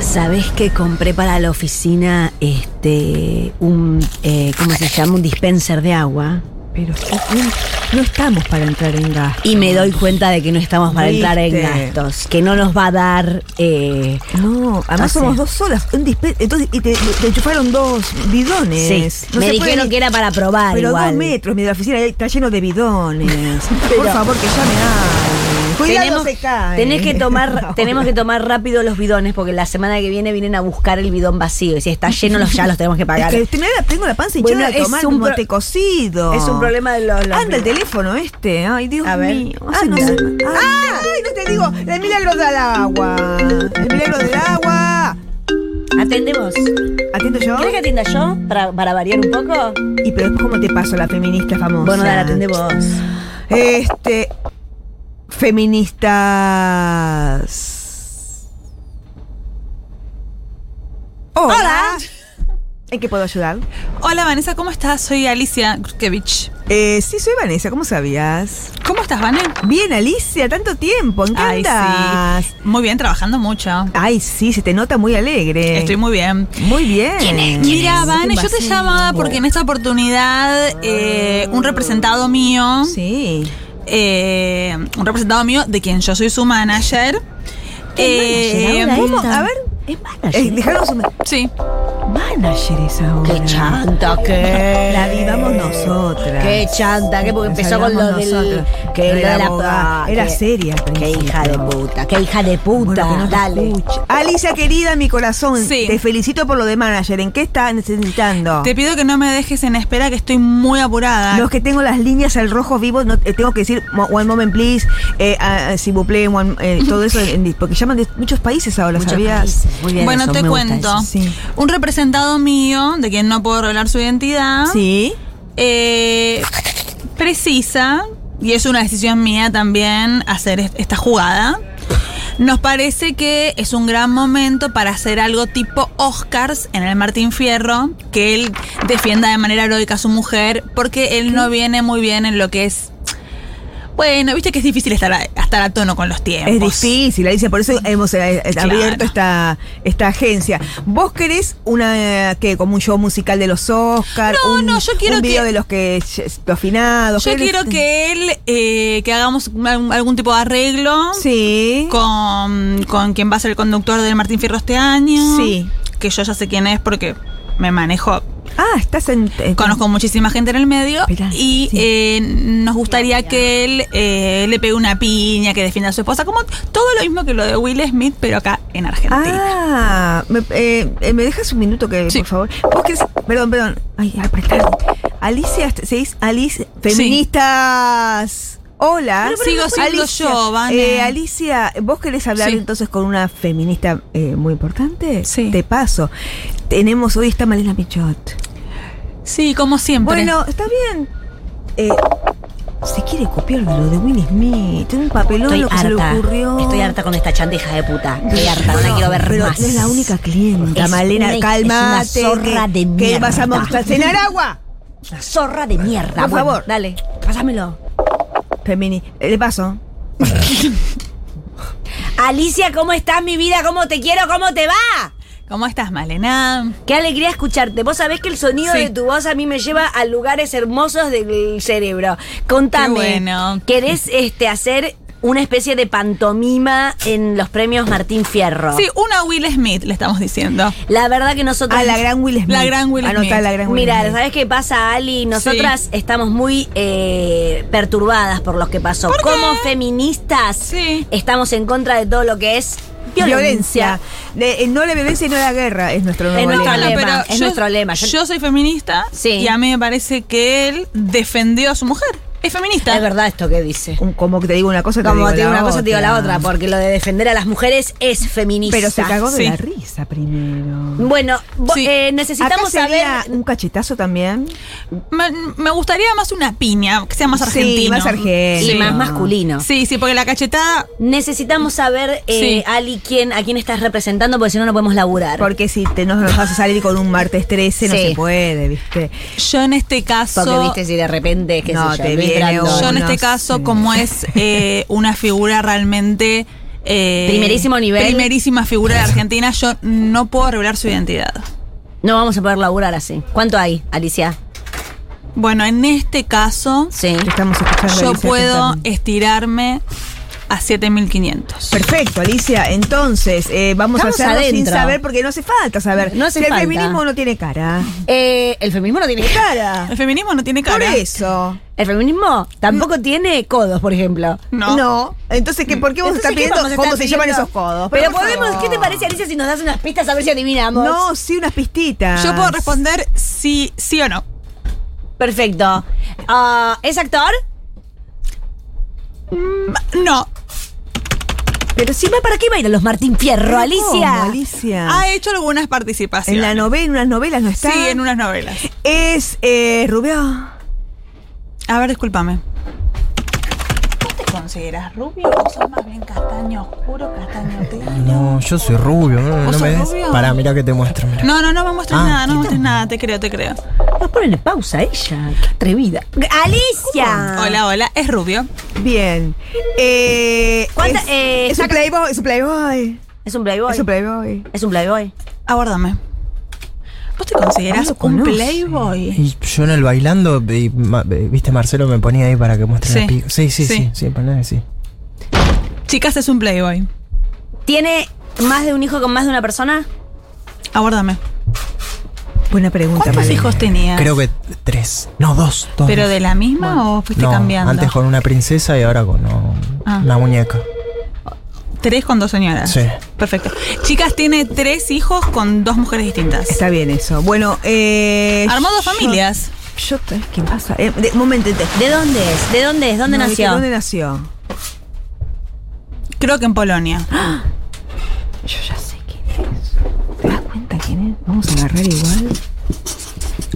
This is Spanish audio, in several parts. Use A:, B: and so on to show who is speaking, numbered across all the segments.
A: Sabes que compré para la oficina este un eh, ¿cómo se llama? un dispenser de agua.
B: Pero no, no estamos para entrar en gastos.
A: Y me doy cuenta de que no estamos para entrar en
B: Viste.
A: gastos, que no nos va a dar eh,
B: No, además
A: No sé.
B: somos dos solas. un dispe- Entonces, y te, te enchufaron dos bidones.
A: sí.
B: No
A: me
B: se puede
A: dijeron
B: ni-
A: que era para probar
B: Pero
A: igual.
B: dos metros, mira, la oficina está lleno de bidones. Por
A: Pero-
B: favor, que llame a. Cuidado,
A: Tenemos,
B: se cae.
A: tenés que tomar,
B: No.
A: tenemos que tomar rápido los bidones porque la semana que viene vienen a buscar el bidón vacío y si está lleno los ya los tenemos que
B: Es
A: pagar.
B: que tengo la- tengo la panza hinchada
A: Bueno,
B: de
A: es
B: tomar
A: un
B: un
A: pro-
B: mote cocido.
A: Es un problema de los. los
B: Anda el teléfono este. Ay, Dios
A: A ver,
B: mío. Ay, no
A: anda.
B: sé. Ay, ay, no te digo. El milagro del agua. El milagro del agua.
A: Atendemos. ¿Querés
B: ¿Atiendo yo?
A: que atienda yo para, para variar un poco?
B: Y pero después, ¿cómo te paso la feminista famosa?
A: Bueno, dale, atende vos.
B: Este. Feministas. Hola. ¿En qué puedo ayudar?
C: Hola Vanessa, ¿cómo estás? Soy Alicia Grukevich.
B: Eh, sí, soy Vanessa, ¿cómo sabías?
C: ¿Cómo estás, Vane?
B: Bien, Alicia, tanto tiempo, ¿en qué andas?
C: sí. Muy bien, trabajando mucho.
B: Ay, sí, se te nota muy alegre.
C: Estoy muy bien.
B: muy bien.
C: Mira, Vane, yo te
A: Invasivo.
C: llamaba porque en esta oportunidad eh, un representado mío,
B: Sí.
C: eh, un representado mío de quien yo soy su manager. eh, ah,
A: ¿Cómo?
B: A ver.
A: Es
B: Eh,
A: manager.
B: dejaron su
C: sí,
B: managers ahora.
A: Qué chanta que.
B: La vivamos nosotras.
A: Qué chanta que porque
B: Nos
A: empezó con lo
B: salvamos
A: del.
B: nosotras.
A: Que
B: Lo
A: lo
B: de
A: de
B: la
A: la
B: abogada.
A: ah,
B: Era
A: qué-
B: seria al
A: Qué
B: principio.
A: hija de puta, qué hija de
B: Bueno, que
A: puta.
B: no te
A: Dale.
B: escuche. Alicia, querida, mi corazón,
C: Sí.
B: te felicito por lo de manager. ¿En qué estás necesitando?
C: te Ah. pido que no me dejes en espera, que estoy muy apurada.
B: Los que tengo las líneas al rojo vivo, no, eh, tengo que decir mo- one moment please, eh, ah, si vous plaît, one- eh, todo eso, en- porque llaman de muchos países ahora,
A: Muchos
B: ¿sabías?
A: países. Muy bien
C: bueno,
A: eso,
C: te
A: me gusta
C: cuento.
A: eso.
B: sí.
C: Un representado mío, de quien no puedo revelar su identidad.
B: Sí.
C: eh, precisa, y es una decisión mía también hacer es- esta jugada. Nos parece que es un gran momento para hacer algo tipo Oscars en el Martín Fierro, que él defienda de manera heroica a su mujer, porque él no viene muy bien en lo que es. Bueno, viste que es difícil estar a, estar a tono con los tiempos.
B: Es difícil, Alicia, por eso hemos eh, eh,
C: Claro.
B: abierto esta, esta agencia. ¿Vos querés una eh, que como un show musical de los Oscars?
C: No,
B: un,
C: no, yo quiero
B: un video
C: que-
B: de los que los finados.
C: Yo
B: ¿Qué querés?
C: quiero que él, eh, que hagamos algún algún tipo de arreglo.
B: Sí.
C: con, con quien va a ser el conductor del Martín Fierro este año.
B: Sí.
C: Que yo ya sé quién es porque me manejo,
B: Ah, estás en. en-
C: conozco muchísima gente en el medio.
B: Esperá,
C: y
B: sí.
C: eh, nos gustaría que él eh, le pegue una piña, que defienda a su esposa, como todo lo mismo que lo de Will Smith, pero acá en Argentina.
B: Ah, me, eh, eh, ¿me dejas un minuto que,
C: Sí.
B: por favor? Vos querés- perdón, perdón. Ay, apretá. Alicia, ¿se dice Alice? Feministas. Hola.
C: Pero, pero Sigo no siendo
B: Alicia,
C: yo, Vane.
B: eh, Alicia, ¿vos querés hablar
C: Sí.
B: entonces con una feminista eh, muy importante?
C: Sí.
B: Te paso. Tenemos hoy está Malena Pichot.
A: Ah.
C: Sí, como siempre.
B: Bueno, está bien. Eh, se quiere copiar de lo de Will Smith. Tiene un papelón
A: Estoy
B: lo que se
A: harta.
B: le ocurrió.
A: Estoy harta con esta chandeja de puta. Estoy harta, no la quiero ver
B: Pero
A: más.
B: no es la única clienta,
A: Es
B: Malena,
A: una- es
B: calmate.
A: una zorra
B: que-
A: de
B: Que
A: mierda.
B: vas a mostrar cenar agua.
A: Una zorra de mierda.
B: Por
A: Bueno,
B: favor.
A: Dale, pásamelo.
B: Femini, eh, le paso.
A: Alicia, ¿cómo estás, mi vida? ¿Cómo te quiero? ¿Cómo te va?
C: ¿Cómo estás, Malena?
A: Qué alegría escucharte. Vos sabés que el sonido
C: Sí.
A: de tu voz a mí me lleva a lugares hermosos del cerebro. Contame,
C: Qué bueno.
A: ¿querés este, hacer una especie de pantomima en los premios Martín Fierro?
C: Sí, una Will Smith, le estamos diciendo.
A: La verdad que nosotros...
B: A Ah, la gran Will Smith.
C: La gran Will
B: Anotá
C: Smith.
B: la gran Will
A: Mira,
B: Smith.
A: ¿sabes qué pasa, Ali? Nosotras estamos muy eh, perturbadas por lo que pasó. Como feministas,
C: Sí.
A: estamos en contra de todo lo que es violencia.
B: Violencia. De- eh, no la violencia y no la guerra es nuestro nuevo
A: Es nuestro
B: lema.
A: lema. es nuestro lema. Yo-
C: Yo, soy feminista
A: Sí.
C: y a mí me parece que él defendió a su mujer. Es feminista.
A: Es verdad esto que dice.
B: Un- Como que te digo una cosa, te
A: Como
B: digo
A: te digo
B: la
A: una cosa,
B: otra.
A: te digo la otra, porque lo de defender a las mujeres es feminista.
B: Pero se cagó de
C: Sí.
B: la risa primero.
A: Bueno, vo-
C: Sí.
A: eh,
B: Acá
A: necesitamos saber.
B: sería un cachetazo también.
C: Me, me gustaría más una piña, que sea más
B: Sí,
C: argentino.
B: más argentino.
A: Y
C: Sí.
A: más masculino.
C: Sí, sí, porque la cachetada.
A: Necesitamos saber, eh,
C: Sí.
A: Ali, quién, a quién estás representando, porque si no, no podemos laburar.
B: Porque si te, no nos vas a salir con un martes 13, no
A: Sí.
B: se puede, ¿viste?
C: Yo en este caso.
A: Porque, viste, si de repente, qué
B: No,
A: sé yo,
B: te
A: Luis
B: viene
A: Brandon.
C: yo en
B: no
C: este caso,
B: sé.
C: como es eh, una figura realmente eh,
A: Primerísimo nivel.
C: Primerísima figura de Argentina. Yo no puedo revelar su identidad.
A: No vamos a poder laburar así. ¿Cuánto hay, Alicia?
C: Bueno, en este caso,
A: Sí.
B: Estamos escuchando.
C: yo
B: Alicia
C: puedo
B: Quintana.
C: estirarme a 7500.
B: Perfecto, Alicia. Entonces, eh, vamos
A: Estamos
B: a hacerlo sin
A: adentro.
B: saber porque no hace falta saber.
A: No hace
B: Si
A: falta.
B: El feminismo no tiene cara.
A: Eh, el feminismo no tiene
B: Cara.
C: El feminismo no tiene
B: Por
C: cara.
B: eso.
A: El feminismo tampoco tiene codos, por ejemplo.
C: No.
B: Entonces, ¿qué, ¿por qué
A: Entonces,
B: vos estás
A: ¿qué
B: pidiendo
A: vamos a
B: cómo
A: estar
B: se llaman
A: pidiendo?
B: esos codos?
A: Pero
B: por
A: podemos,
B: favor.
A: ¿qué te parece, Alicia, si nos das unas pistas a ver si adivinamos?
B: No, sí, unas pistitas.
C: Yo puedo responder sí, sí o no.
A: Perfecto. Ah, ¿Es actor?
C: No.
A: Pero si va, ¿para qué va a ir a los Martín Fierro,
B: ¿Cómo,
A: Alicia? Ah,
B: Alicia.
C: Ha hecho algunas participaciones.
B: en Ah. la novela, en unas novelas no está.
C: Sí, en unas novelas.
B: Es eh, Rubio.
C: A ver, discúlpame. ¿Vos te consideras rubio o sos más bien castaño oscuro, castaño claro?
D: No, yo soy rubio, no,
C: ¿Vos
D: no
C: sos
D: me ves.
C: rubio?
D: Pará, mirá que te muestro, mirá.
C: No, no, no me muestres
D: Ah,
C: nada, no me muestres nada, te creo, te creo.
A: Nos ponen en pausa ella. Qué atrevida. ¡Alicia!
C: Hola, hola, es rubio.
B: Bien. Eh,
A: ¿Cuánta-
B: es,
A: eh,
B: es un
A: saca-
B: playboy, es un playboy.
A: ¿Es un playboy?
B: Es un playboy.
A: ¿Es un playboy?
C: Abórdame. ¿Vos te considerás
A: Ah, lo
C: un
A: conoce.
C: playboy?
D: Y yo en el bailando, y ma- eh, viste, Marcelo me ponía ahí para que muestre
C: Sí.
D: la pica. Sí, sí,
C: Sí.
D: sí, sí, poné que sí.
C: Chicas, es un playboy.
A: ¿Tiene más de un hijo con más de una persona?
C: Abórdame.
B: Buena pregunta,
C: ¿Cuántos
B: Malena.
C: hijos tenías?
D: Creo que tres. No, dos. dos
C: ¿Pero
D: dos.
C: de la misma o fuiste
D: Ah. No,
C: cambiando?
D: Antes con una princesa y ahora con no,
C: Ah.
D: una muñeca.
C: Tres con dos señoras.
D: Sí.
C: Perfecto. Chicas, tiene tres hijos con dos mujeres distintas.
B: Está bien eso. Bueno, eh.
C: Armó dos
B: yo-
C: familias.
B: Yo, ¿Qué pasa? Eh, de- un momento, te-
A: ¿De dónde es? ¿De dónde es? ¿Dónde
B: No, dije,
A: nació?
B: ¿Dónde nació?
C: Creo que en Polonia.
B: Yo ya sé quién es. ¿Te das cuenta quién es? Vamos a agarrar igual.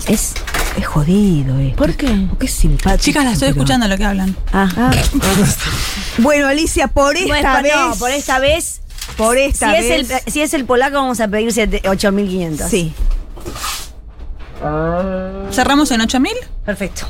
A: Es.
B: Es jodido esto.
A: ¿Por qué?
B: Porque es simpático.
C: Chicas, las estoy
B: pero-
C: escuchando lo que hablan.
A: Ah.
B: Ah. bueno, Alicia, por
A: No, es
B: esta
A: pa-
B: vez.
A: no, por esta vez.
B: por esta
A: si, Es
B: vez.
A: el, si es el polaco, vamos a pedir siete- 8.500.
B: sí.
C: ¿Cerramos en 8000?
A: Perfecto.